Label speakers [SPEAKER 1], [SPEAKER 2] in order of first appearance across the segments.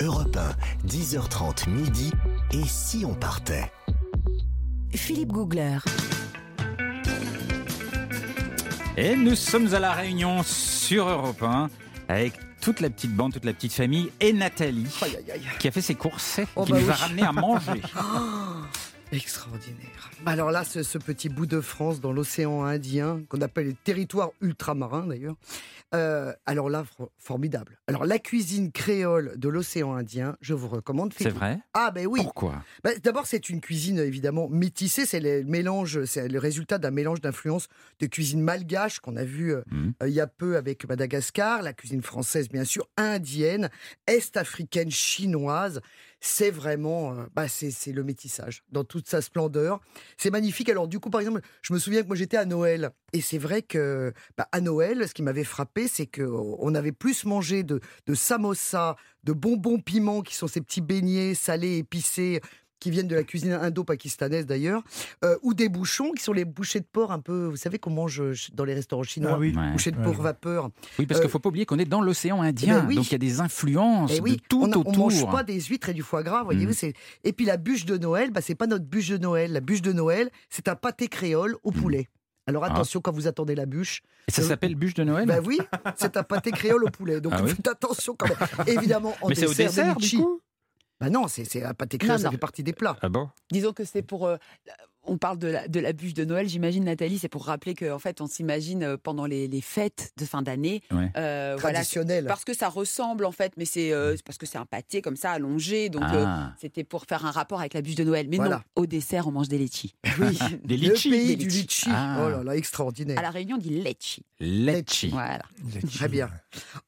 [SPEAKER 1] Europe 1, 10h30 midi. Et si on partait
[SPEAKER 2] Philippe Googler.
[SPEAKER 3] Et nous sommes à La Réunion sur Europe 1 avec toute la petite bande, toute la petite famille et Nathalie qui a fait ses courses,
[SPEAKER 4] Oh,
[SPEAKER 3] qui
[SPEAKER 4] bah
[SPEAKER 3] nous a
[SPEAKER 4] oui.
[SPEAKER 3] ramené à manger.
[SPEAKER 4] Extraordinaire. Bah Alors là, ce, ce petit bout de France dans l'océan Indien, qu'on appelle les territoires ultramarins d'ailleurs. Euh, alors là, fro- formidable. Alors la cuisine créole de l'océan Indien, je vous recommande.
[SPEAKER 3] C'est
[SPEAKER 4] Philippe.
[SPEAKER 3] vrai
[SPEAKER 4] Ah ben oui.
[SPEAKER 3] Pourquoi
[SPEAKER 4] Bah, D'abord, c'est une cuisine évidemment métissée. C'est le mélange, c'est le résultat d'un mélange d'influences de cuisine malgache qu'on a vu euh,
[SPEAKER 3] Mhm.
[SPEAKER 4] euh, il y a peu avec Madagascar, la cuisine française bien sûr, indienne, est-africaine, chinoise. C'est vraiment, euh, bah, c'est c'est le métissage dans toute sa splendeur. C'est magnifique. Alors du coup, par exemple, je me souviens que moi j'étais à Noël et c'est vrai que bah, à Noël, ce qui m'avait frappé, c'est que oh, on avait plus mangé de de samosa, de bonbons piments qui sont ces petits beignets salés épicés qui viennent de la cuisine indo-pakistanaise d'ailleurs, euh, ou des bouchons qui sont les bouchées de porc un peu, vous savez qu'on mange euh, dans les restaurants chinois,
[SPEAKER 5] Ah oui.
[SPEAKER 3] Ouais.
[SPEAKER 4] bouchées de
[SPEAKER 5] Ouais.
[SPEAKER 4] porc vapeur.
[SPEAKER 3] Oui, parce qu'il
[SPEAKER 4] Euh,
[SPEAKER 3] faut pas oublier qu'on est dans l'océan Indien,
[SPEAKER 4] ben oui.
[SPEAKER 3] donc il y a des influences
[SPEAKER 4] Et Eh oui,
[SPEAKER 3] de tout
[SPEAKER 4] on, a- on
[SPEAKER 3] autour.
[SPEAKER 4] mange pas des huîtres et du foie gras, voyez-vous.
[SPEAKER 3] Mhm.
[SPEAKER 4] c'est- Et puis la bûche de Noël, bah, c'est pas notre bûche de Noël. La bûche de Noël, c'est un pâté créole au poulet. Alors
[SPEAKER 3] Mm. Ah.
[SPEAKER 4] attention quand vous attendez la bûche,
[SPEAKER 3] Et ça s'appelle bûche de Noël
[SPEAKER 4] Bah oui, c'est un pâté créole au poulet. Donc
[SPEAKER 3] Ah oui
[SPEAKER 4] faites attention quand même. Évidemment, en
[SPEAKER 3] Mais c'est au dessert,
[SPEAKER 4] des
[SPEAKER 3] du
[SPEAKER 4] litchis.
[SPEAKER 6] coup
[SPEAKER 4] Bah non, c'est c'est un pâté créole,
[SPEAKER 6] Non,
[SPEAKER 4] ça
[SPEAKER 6] non.
[SPEAKER 4] fait partie des plats.
[SPEAKER 3] Ah bon
[SPEAKER 6] Disons que c'est pour. euh, la- on parle de la, de la bûche de Noël, j'imagine, Nathalie, c'est pour rappeler que en fait, on s'imagine euh, pendant les, les fêtes de fin d'année.
[SPEAKER 3] Ouais.
[SPEAKER 6] euh, voilà,
[SPEAKER 4] Traditionnel.
[SPEAKER 6] parce que ça ressemble, en fait, mais c'est euh, c'est parce que c'est un pâté comme ça, allongé. Donc, euh,
[SPEAKER 3] Ah.
[SPEAKER 6] c'était pour faire un rapport avec la bûche de Noël. Mais
[SPEAKER 4] Voilà.
[SPEAKER 6] non, au dessert, on mange des litchis.
[SPEAKER 4] Oui.
[SPEAKER 5] Ah.
[SPEAKER 3] Des
[SPEAKER 4] Le
[SPEAKER 3] litchis
[SPEAKER 4] pays
[SPEAKER 6] Des
[SPEAKER 4] du
[SPEAKER 6] litchis.
[SPEAKER 4] litchi.
[SPEAKER 3] Ah.
[SPEAKER 4] Oh là là,
[SPEAKER 6] À
[SPEAKER 4] extraordinaire.
[SPEAKER 6] la Réunion, on dit letchi.
[SPEAKER 3] Letchi.
[SPEAKER 6] Voilà.
[SPEAKER 4] Très bien.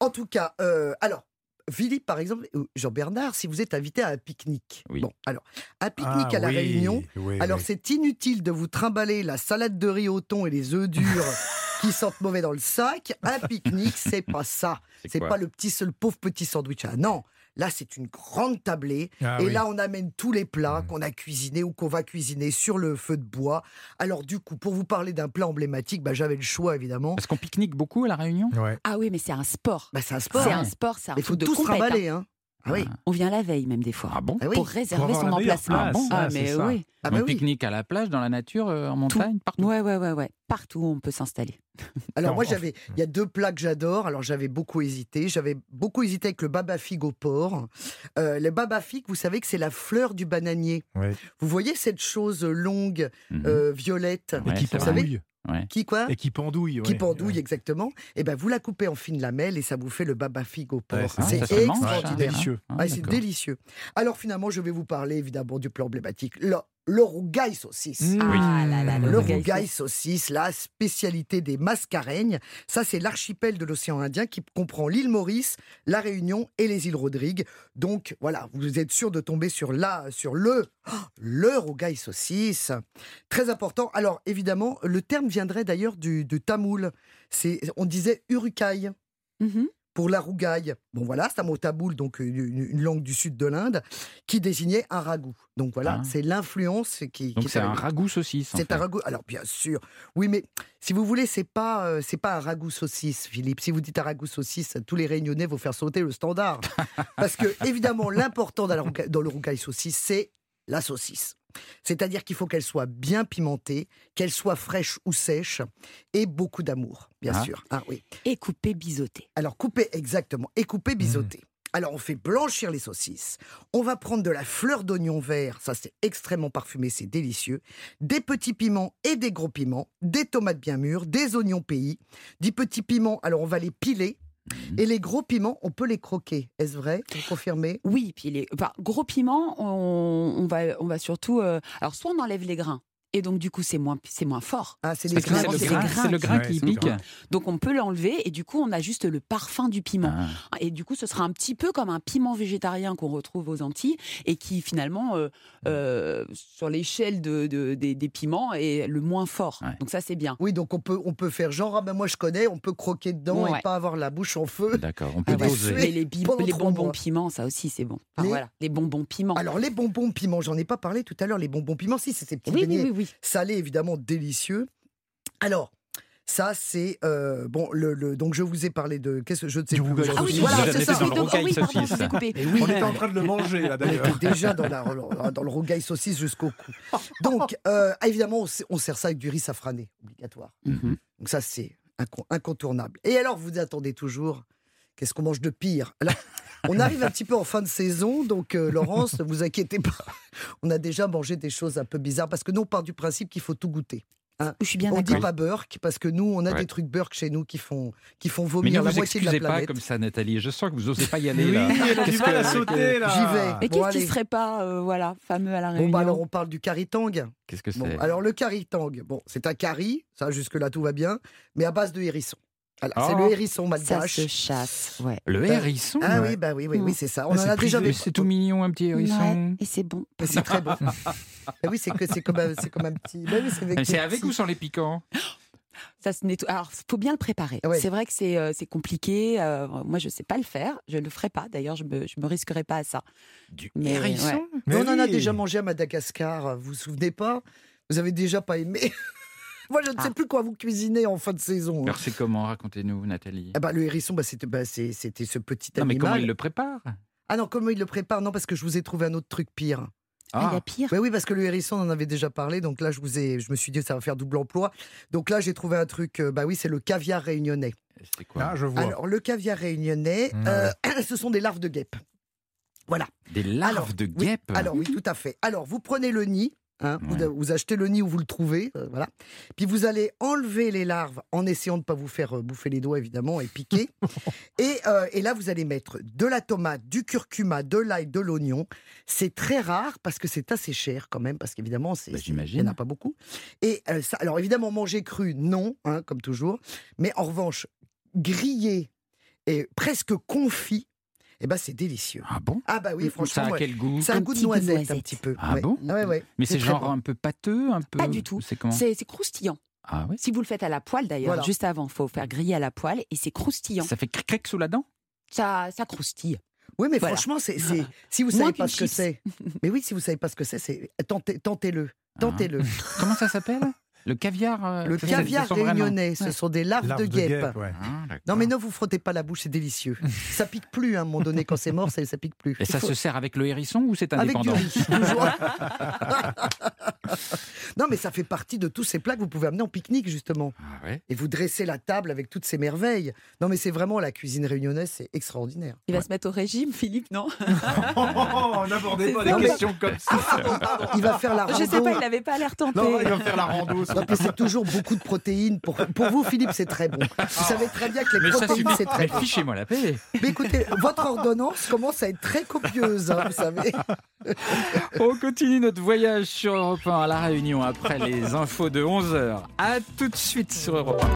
[SPEAKER 4] En tout cas, euh, alors, Philippe, par exemple, ou Jean-Bernard, si vous êtes invité à un pique-nique.
[SPEAKER 3] Oui. Ah
[SPEAKER 4] Bon, alors, un pique-nique à La
[SPEAKER 5] oui,
[SPEAKER 4] Réunion,
[SPEAKER 5] oui,
[SPEAKER 4] alors
[SPEAKER 5] oui.
[SPEAKER 4] c'est inutile de vous trimballer la salade de riz au thon et les œufs durs qui sentent mauvais dans le sac. Un pique-nique, c'est pas ça.
[SPEAKER 3] C'est
[SPEAKER 4] C'est
[SPEAKER 3] quoi
[SPEAKER 4] pas le petit, seul pauvre petit sandwich. Ah non, là, c'est une grande tablée.
[SPEAKER 5] Ah
[SPEAKER 4] et
[SPEAKER 5] oui. Mmh.
[SPEAKER 4] là, on amène tous les plats qu'on a cuisinés ou qu'on va cuisiner sur le feu de bois. Alors, du coup, pour vous parler d'un plat emblématique, bah, j'avais le choix, évidemment.
[SPEAKER 3] Parce qu'on pique-nique beaucoup à La Réunion
[SPEAKER 5] Ouais.
[SPEAKER 6] Ah oui, mais c'est un sport.
[SPEAKER 4] Bah, c'est un
[SPEAKER 5] Ah
[SPEAKER 4] sport.
[SPEAKER 6] C'est
[SPEAKER 3] ouais.
[SPEAKER 6] un sport, c'est un
[SPEAKER 4] Il faut
[SPEAKER 6] truc de
[SPEAKER 4] tous
[SPEAKER 6] compète. hein.
[SPEAKER 4] trimballer. Hein. Ah oui.
[SPEAKER 6] On vient la veille, même des fois.
[SPEAKER 3] Ah bon
[SPEAKER 4] Ah oui.
[SPEAKER 6] Pour réserver
[SPEAKER 5] avoir
[SPEAKER 6] son
[SPEAKER 5] la meilleure
[SPEAKER 6] emplacement.
[SPEAKER 5] place.
[SPEAKER 6] Bon,
[SPEAKER 5] Ah,
[SPEAKER 6] ah, mais
[SPEAKER 5] c'est ça.
[SPEAKER 6] oui.
[SPEAKER 4] Ah
[SPEAKER 3] On
[SPEAKER 4] bah oui.
[SPEAKER 3] pique-nique à la plage, dans la nature, euh, en montagne, partout
[SPEAKER 6] Ouais, ouais, ouais, ouais. Partout, on peut s'installer.
[SPEAKER 4] Alors
[SPEAKER 5] Non,
[SPEAKER 4] moi
[SPEAKER 5] en-
[SPEAKER 4] j'avais, il y a deux plats que j'adore. Alors j'avais beaucoup hésité. J'avais beaucoup hésité avec le baba fig au porc. Euh, le baba fig, vous savez que c'est la fleur du bananier.
[SPEAKER 5] Ouais.
[SPEAKER 4] Vous voyez cette chose longue,
[SPEAKER 3] Mhm.
[SPEAKER 4] euh, violette,
[SPEAKER 3] Ouais,
[SPEAKER 5] et qui Ah
[SPEAKER 3] c'est
[SPEAKER 4] vrai.
[SPEAKER 5] pendouille.
[SPEAKER 3] Ouais.
[SPEAKER 4] qui quoi
[SPEAKER 5] Et qui pendouille.
[SPEAKER 4] Qui
[SPEAKER 5] ouais.
[SPEAKER 4] pendouille exactement. Et ben vous la coupez en fines lamelles et ça vous fait le baba fig au porc.
[SPEAKER 5] Ouais, c'est
[SPEAKER 3] Ah,
[SPEAKER 4] c'est
[SPEAKER 3] ça se mange, ça.
[SPEAKER 5] Ouais,
[SPEAKER 4] extraordinaire.
[SPEAKER 5] délicieux.
[SPEAKER 3] Ah,
[SPEAKER 4] Ah, c'est
[SPEAKER 3] d'accord.
[SPEAKER 4] délicieux. Alors finalement, je vais vous parler évidemment du plan emblématique, le, le rougail saucisse.
[SPEAKER 5] Mmh.
[SPEAKER 6] Ah là là,
[SPEAKER 4] Le
[SPEAKER 6] rougail
[SPEAKER 4] rougail
[SPEAKER 6] saucisse.
[SPEAKER 4] saucisse, la spécialité des mascareignes. Ça, c'est l'archipel de l'océan Indien qui comprend l'île Maurice, la Réunion et les îles Rodrigue. Donc, voilà, vous êtes sûr de tomber sur la, sur le, oh, le rougail saucisse. Très important. Alors, évidemment, le terme viendrait d'ailleurs du, du tamoul. C'est, on disait urukai
[SPEAKER 6] Mhm.
[SPEAKER 4] pour la rougaille. Bon voilà, c'est un mot taboul, donc une, une- une langue du sud de l'Inde, qui désignait un ragoût. Donc voilà,
[SPEAKER 3] Ah.
[SPEAKER 4] c'est l'influence qui.
[SPEAKER 3] Donc
[SPEAKER 4] qui
[SPEAKER 3] c'est un
[SPEAKER 4] arrive.
[SPEAKER 3] ragoût saucisse. en
[SPEAKER 4] C'est un
[SPEAKER 3] fait.
[SPEAKER 4] ragoût. Alors bien sûr, oui, mais si vous voulez, c'est pas euh, c'est pas un ragoût saucisse, Philippe. Si vous dites un ragoût saucisse, tous les Réunionnais vont faire sauter le standard, parce que évidemment, l'important dans, la rouga- dans le rougail saucisse, c'est la saucisse. C'est-à-dire qu'il faut qu'elle soit bien pimentée, qu'elle soit fraîche ou sèche, et beaucoup d'amour, bien
[SPEAKER 3] Ah.
[SPEAKER 4] sûr. Ah oui.
[SPEAKER 6] Et couper, biseauter.
[SPEAKER 4] Alors couper exactement et couper
[SPEAKER 3] Mmh.
[SPEAKER 4] biseauter. Alors on fait blanchir les saucisses. On va prendre de la fleur d'oignon vert, ça c'est extrêmement parfumé, c'est délicieux. Des petits piments et des gros piments, des tomates bien mûres, des oignons pays, des petits piments. Alors on va les piler
[SPEAKER 3] Mmh.
[SPEAKER 4] et les gros piments, on peut les croquer. Est-ce vrai Vous confirmez
[SPEAKER 6] Oui, puis les enfin, gros piments, on, on va, on va surtout. euh, Alors, soit on enlève les grains, et donc du coup, c'est moins, c'est moins fort.
[SPEAKER 4] Ah, c'est des
[SPEAKER 3] Parce que
[SPEAKER 4] grains.
[SPEAKER 3] c'est le
[SPEAKER 6] c'est
[SPEAKER 3] grain,
[SPEAKER 6] les
[SPEAKER 3] c'est le
[SPEAKER 6] grains
[SPEAKER 3] grain
[SPEAKER 5] qui-
[SPEAKER 3] qui
[SPEAKER 5] Ouais, c'est le
[SPEAKER 3] pique.
[SPEAKER 5] grain.
[SPEAKER 6] Donc, on peut l'enlever, et du coup, on a juste le parfum du piment.
[SPEAKER 3] Ah.
[SPEAKER 6] Et du coup, ce sera un petit peu comme un piment végétarien qu'on retrouve aux Antilles et qui finalement, euh, euh, sur l'échelle de, de- des, des piments, est le moins fort.
[SPEAKER 3] Ouais.
[SPEAKER 6] Donc ça, c'est bien.
[SPEAKER 4] Oui, donc on peut on peut faire genre ah ben moi je connais, on peut croquer dedans et
[SPEAKER 6] Ouais.
[SPEAKER 4] pas avoir la bouche en feu.
[SPEAKER 3] D'accord, on
[SPEAKER 4] Ah
[SPEAKER 3] peut
[SPEAKER 4] ouais.
[SPEAKER 3] doser.
[SPEAKER 6] Mais les, bi-
[SPEAKER 4] pendant
[SPEAKER 6] les
[SPEAKER 4] trois
[SPEAKER 6] bonbons
[SPEAKER 4] mois.
[SPEAKER 6] piments, ça aussi, c'est bon. Enfin,
[SPEAKER 4] Les-
[SPEAKER 6] voilà, les bonbons piments.
[SPEAKER 4] Alors les bonbons piments, j'en ai pas parlé tout à l'heure, les bonbons piments si c'est ces petits
[SPEAKER 6] oui,
[SPEAKER 4] beignets
[SPEAKER 6] oui, oui, oui.
[SPEAKER 4] salé évidemment délicieux. Alors, Ça, c'est euh, bon. Le, le- donc, je vous ai parlé de qu'est-ce que je ne sais
[SPEAKER 3] Du
[SPEAKER 4] plus.
[SPEAKER 3] rougail
[SPEAKER 4] je-
[SPEAKER 6] Ah oui,
[SPEAKER 3] Saucisse.
[SPEAKER 6] voilà,
[SPEAKER 3] Vous
[SPEAKER 6] c'est
[SPEAKER 3] avez
[SPEAKER 6] ça.
[SPEAKER 3] fait dans
[SPEAKER 6] Oui,
[SPEAKER 3] le
[SPEAKER 6] donc, ah
[SPEAKER 3] rocaille,
[SPEAKER 6] oui, pardon,
[SPEAKER 3] saucisse.
[SPEAKER 6] je vous ai coupé.
[SPEAKER 4] Mais oui,
[SPEAKER 5] On est en train de le manger, là,
[SPEAKER 4] On
[SPEAKER 5] d'ailleurs.
[SPEAKER 4] était déjà dans, la, dans le rogaille saucisse jusqu'au cou. Donc, euh, évidemment, on, s- on sert ça avec du riz safrané, obligatoire.
[SPEAKER 6] Mhm.
[SPEAKER 4] Donc ça, c'est inco- incontournable. Et alors, vous attendez toujours, qu'est-ce qu'on mange de pire Alors, on arrive un petit peu en fin de saison, donc euh, Laurence, ne vous inquiétez pas, on a déjà mangé des choses un peu bizarres, parce que nous, on part du principe qu'il faut tout goûter.
[SPEAKER 2] Je suis bien
[SPEAKER 4] On dit
[SPEAKER 2] d'accord.
[SPEAKER 4] pas burk, parce que nous, on a
[SPEAKER 3] Ouais.
[SPEAKER 4] des trucs burk chez nous qui font, qui font
[SPEAKER 3] Mais ne
[SPEAKER 4] vomir la
[SPEAKER 3] vous
[SPEAKER 4] moitié de la
[SPEAKER 3] excusez pas
[SPEAKER 4] planète.
[SPEAKER 3] comme ça, Nathalie. Je sens que vous n'osez pas y aller,
[SPEAKER 5] Oui,
[SPEAKER 3] là.
[SPEAKER 5] elle a du
[SPEAKER 3] Qu'est-ce
[SPEAKER 5] mal
[SPEAKER 3] que-
[SPEAKER 5] à sauter, là.
[SPEAKER 4] J'y
[SPEAKER 6] Et
[SPEAKER 4] vais. Bon,
[SPEAKER 6] qu'est-ce qui
[SPEAKER 4] allez.
[SPEAKER 6] serait pas euh, voilà, fameux à la
[SPEAKER 4] Bon,
[SPEAKER 6] Réunion
[SPEAKER 4] bah alors, on parle du karitang.
[SPEAKER 3] Qu'est-ce que
[SPEAKER 4] Bon,
[SPEAKER 3] c'est
[SPEAKER 4] alors le karitang, bon, c'est un cari, ça jusque-là tout va bien, mais à base de hérisson. Voilà,
[SPEAKER 3] Ah.
[SPEAKER 4] c'est le hérisson
[SPEAKER 2] Ça
[SPEAKER 4] malgache.
[SPEAKER 2] se chasse, ouais.
[SPEAKER 3] Le hérisson
[SPEAKER 4] Ah
[SPEAKER 3] ouais.
[SPEAKER 4] oui, bah oui, oui, oui, c'est ça. On
[SPEAKER 3] Ah,
[SPEAKER 4] en
[SPEAKER 3] c'est
[SPEAKER 4] a déjà
[SPEAKER 3] prisé,
[SPEAKER 4] vu.
[SPEAKER 3] C'est tout mignon, un petit
[SPEAKER 2] Ouais,
[SPEAKER 3] hérisson.
[SPEAKER 2] Et c'est bon.
[SPEAKER 4] Mais c'est très beau. Ah oui, c'est que c'est comme un, c'est comme un petit. bah oui, c'est
[SPEAKER 3] Mais
[SPEAKER 4] avec,
[SPEAKER 3] C'est
[SPEAKER 4] des
[SPEAKER 3] avec
[SPEAKER 4] petits-
[SPEAKER 3] ou sans les piquants
[SPEAKER 6] Ça se nettoie. Alors, faut bien le préparer.
[SPEAKER 4] Ouais.
[SPEAKER 6] C'est vrai que c'est euh, c'est compliqué. euh, moi, je sais pas le faire. Je ne le ferai pas. D'ailleurs, je me, je me risquerai pas à ça.
[SPEAKER 3] Du
[SPEAKER 6] Mais, ouais.
[SPEAKER 4] Mais on en a
[SPEAKER 5] oui.
[SPEAKER 4] déjà mangé à Madagascar. Vous vous souvenez pas Vous avez déjà pas aimé. Moi, je ne sais
[SPEAKER 6] Ah.
[SPEAKER 4] plus quoi vous cuisiner en fin de saison. hein.
[SPEAKER 3] Alors c'est comment Racontez-nous, Nathalie.
[SPEAKER 4] Ah bah, le hérisson, bah, c'était, bah, c'est- c'était ce petit
[SPEAKER 3] Non, mais
[SPEAKER 4] animal.
[SPEAKER 3] comment il le prépare
[SPEAKER 4] Ah non, comment il le prépare Non, parce que je vous ai trouvé un autre truc pire.
[SPEAKER 2] Ah, il y a pire.
[SPEAKER 4] Oui, oui, parce que le hérisson, on en avait déjà parlé. Donc là, je, vous ai, je me suis dit, ça va faire double emploi. Donc là, j'ai trouvé un truc. euh, bah oui, c'est le caviar réunionnais.
[SPEAKER 3] c'est quoi
[SPEAKER 5] Ah, je vois.
[SPEAKER 4] Alors, le caviar réunionnais,
[SPEAKER 5] Mmh.
[SPEAKER 4] euh, ce sont des larves de guêpes.
[SPEAKER 3] Des larves
[SPEAKER 4] Alors,
[SPEAKER 3] de Bah,
[SPEAKER 4] oui,
[SPEAKER 3] guêpe
[SPEAKER 4] Alors, oui, tout à fait. Alors, vous prenez le nid. hein, vous-
[SPEAKER 3] Ouais.
[SPEAKER 4] vous, achetez le nid où vous le trouvez, euh, voilà. Puis vous allez enlever les larves en essayant de ne pas vous faire euh, bouffer les doigts évidemment et piquer. et, euh, et là vous allez mettre de la tomate, du curcuma, de l'ail, de l'oignon. C'est très rare parce que c'est assez cher quand même parce qu'évidemment c'est
[SPEAKER 3] Bah,
[SPEAKER 4] c'est-
[SPEAKER 3] j'imagine.
[SPEAKER 4] il n'y en a pas beaucoup. Et euh, ça, alors évidemment manger cru non hein, comme toujours, mais en revanche grillé et presque confit, eh ben c'est délicieux.
[SPEAKER 3] Ah bon
[SPEAKER 4] Ah bah oui franchement.
[SPEAKER 3] Ça a
[SPEAKER 4] ouais.
[SPEAKER 3] quel goût
[SPEAKER 4] C'est un,
[SPEAKER 2] Un
[SPEAKER 4] goût de
[SPEAKER 2] petit goût de
[SPEAKER 4] noisette, un
[SPEAKER 2] noisette.
[SPEAKER 4] petit peu.
[SPEAKER 3] Ah
[SPEAKER 4] Ouais.
[SPEAKER 3] bon
[SPEAKER 4] Ouais, ouais.
[SPEAKER 3] Mais c'est
[SPEAKER 4] très
[SPEAKER 3] genre
[SPEAKER 4] bon.
[SPEAKER 3] un peu pâteux, un peu.
[SPEAKER 6] Pas du tout.
[SPEAKER 3] C'est comment
[SPEAKER 6] C'est c'est croustillant.
[SPEAKER 3] Ah oui.
[SPEAKER 6] Si vous le faites à la poêle, d'ailleurs,
[SPEAKER 4] Voilà.
[SPEAKER 6] juste avant, faut faire griller à la poêle et c'est croustillant.
[SPEAKER 3] Ça fait cric cric sous la dent
[SPEAKER 6] Ça, ça croustille.
[SPEAKER 4] Oui, mais
[SPEAKER 6] Voilà.
[SPEAKER 4] franchement, c'est, c'est- si vous
[SPEAKER 6] Moins
[SPEAKER 4] savez pas
[SPEAKER 6] qu'une
[SPEAKER 4] ce que
[SPEAKER 6] chips.
[SPEAKER 4] c'est. Mais oui, si vous savez pas ce que c'est, c'est tentez, tentez-le.
[SPEAKER 3] Ah.
[SPEAKER 4] Tentez-le.
[SPEAKER 3] Comment ça s'appelle Le caviar. euh,
[SPEAKER 4] Le
[SPEAKER 3] ça, ça- ça
[SPEAKER 4] caviar
[SPEAKER 3] sent vraiment.
[SPEAKER 4] réunionnais, ce
[SPEAKER 6] Ouais.
[SPEAKER 4] sont des larves,
[SPEAKER 5] Larve
[SPEAKER 4] de guêpe.
[SPEAKER 5] ouais.
[SPEAKER 3] Ah, d'accord.
[SPEAKER 4] Non, mais ne vous frottez pas la bouche, c'est délicieux. ça pique plus, hein, à un moment donné, quand c'est mort, ça, ça pique plus.
[SPEAKER 3] Et ça se sert avec le hérisson ou c'est
[SPEAKER 4] Avec du
[SPEAKER 3] indépendant
[SPEAKER 4] riz, toujours. non, mais ça fait partie de tous ces plats que vous pouvez amener en pique-nique, justement.
[SPEAKER 3] Ah ouais.
[SPEAKER 4] Et vous dressez la table avec toutes ces merveilles. Non, mais c'est vraiment la cuisine réunionnaise, c'est extraordinaire.
[SPEAKER 6] Il va se mettre au régime, Philippe, non
[SPEAKER 5] Oh, oh, oh, n'abordez
[SPEAKER 6] C'est
[SPEAKER 5] pas
[SPEAKER 6] ça,
[SPEAKER 5] des
[SPEAKER 6] mais-
[SPEAKER 5] questions comme ça.
[SPEAKER 4] Ah, Il va faire la
[SPEAKER 6] Je sais
[SPEAKER 4] rando.
[SPEAKER 6] pas, il n'avait pas l'air tenté.
[SPEAKER 5] Non, il va faire la rando. ça.
[SPEAKER 4] Non, puis c'est toujours beaucoup de protéines. Pour, pour vous, Philippe, c'est très bon. Vous savez très bien que les
[SPEAKER 3] Mais ça
[SPEAKER 4] protéines,
[SPEAKER 3] suffit.
[SPEAKER 4] c'est
[SPEAKER 3] Mais
[SPEAKER 4] très bon.
[SPEAKER 3] fichez-moi la paix.
[SPEAKER 4] Mais écoutez, votre ordonnance commence à être très copieuse, hein, vous savez.
[SPEAKER 3] On continue notre voyage sur Europe 1 à La Réunion après les infos de 11h. A tout de suite sur Europe 1.